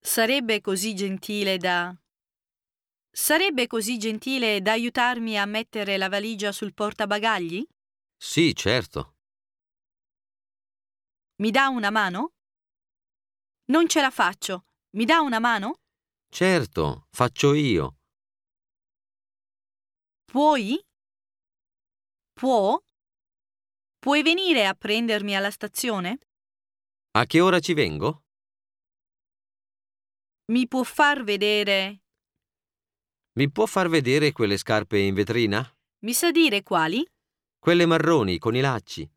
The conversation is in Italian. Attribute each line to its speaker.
Speaker 1: Sarebbe così gentile da... Sarebbe così gentile da aiutarmi a mettere la valigia sul portabagagli?
Speaker 2: Sì, certo.
Speaker 1: Mi dà una mano? Non ce la faccio. Mi dà una mano?
Speaker 2: Certo, faccio io.
Speaker 1: Puoi? Può? Puoi venire a prendermi alla stazione?
Speaker 2: A che ora ci vengo?
Speaker 1: Mi può far vedere...
Speaker 2: Mi può far vedere quelle scarpe in vetrina?
Speaker 1: Mi sa dire quali?
Speaker 2: Quelle marroni con i lacci.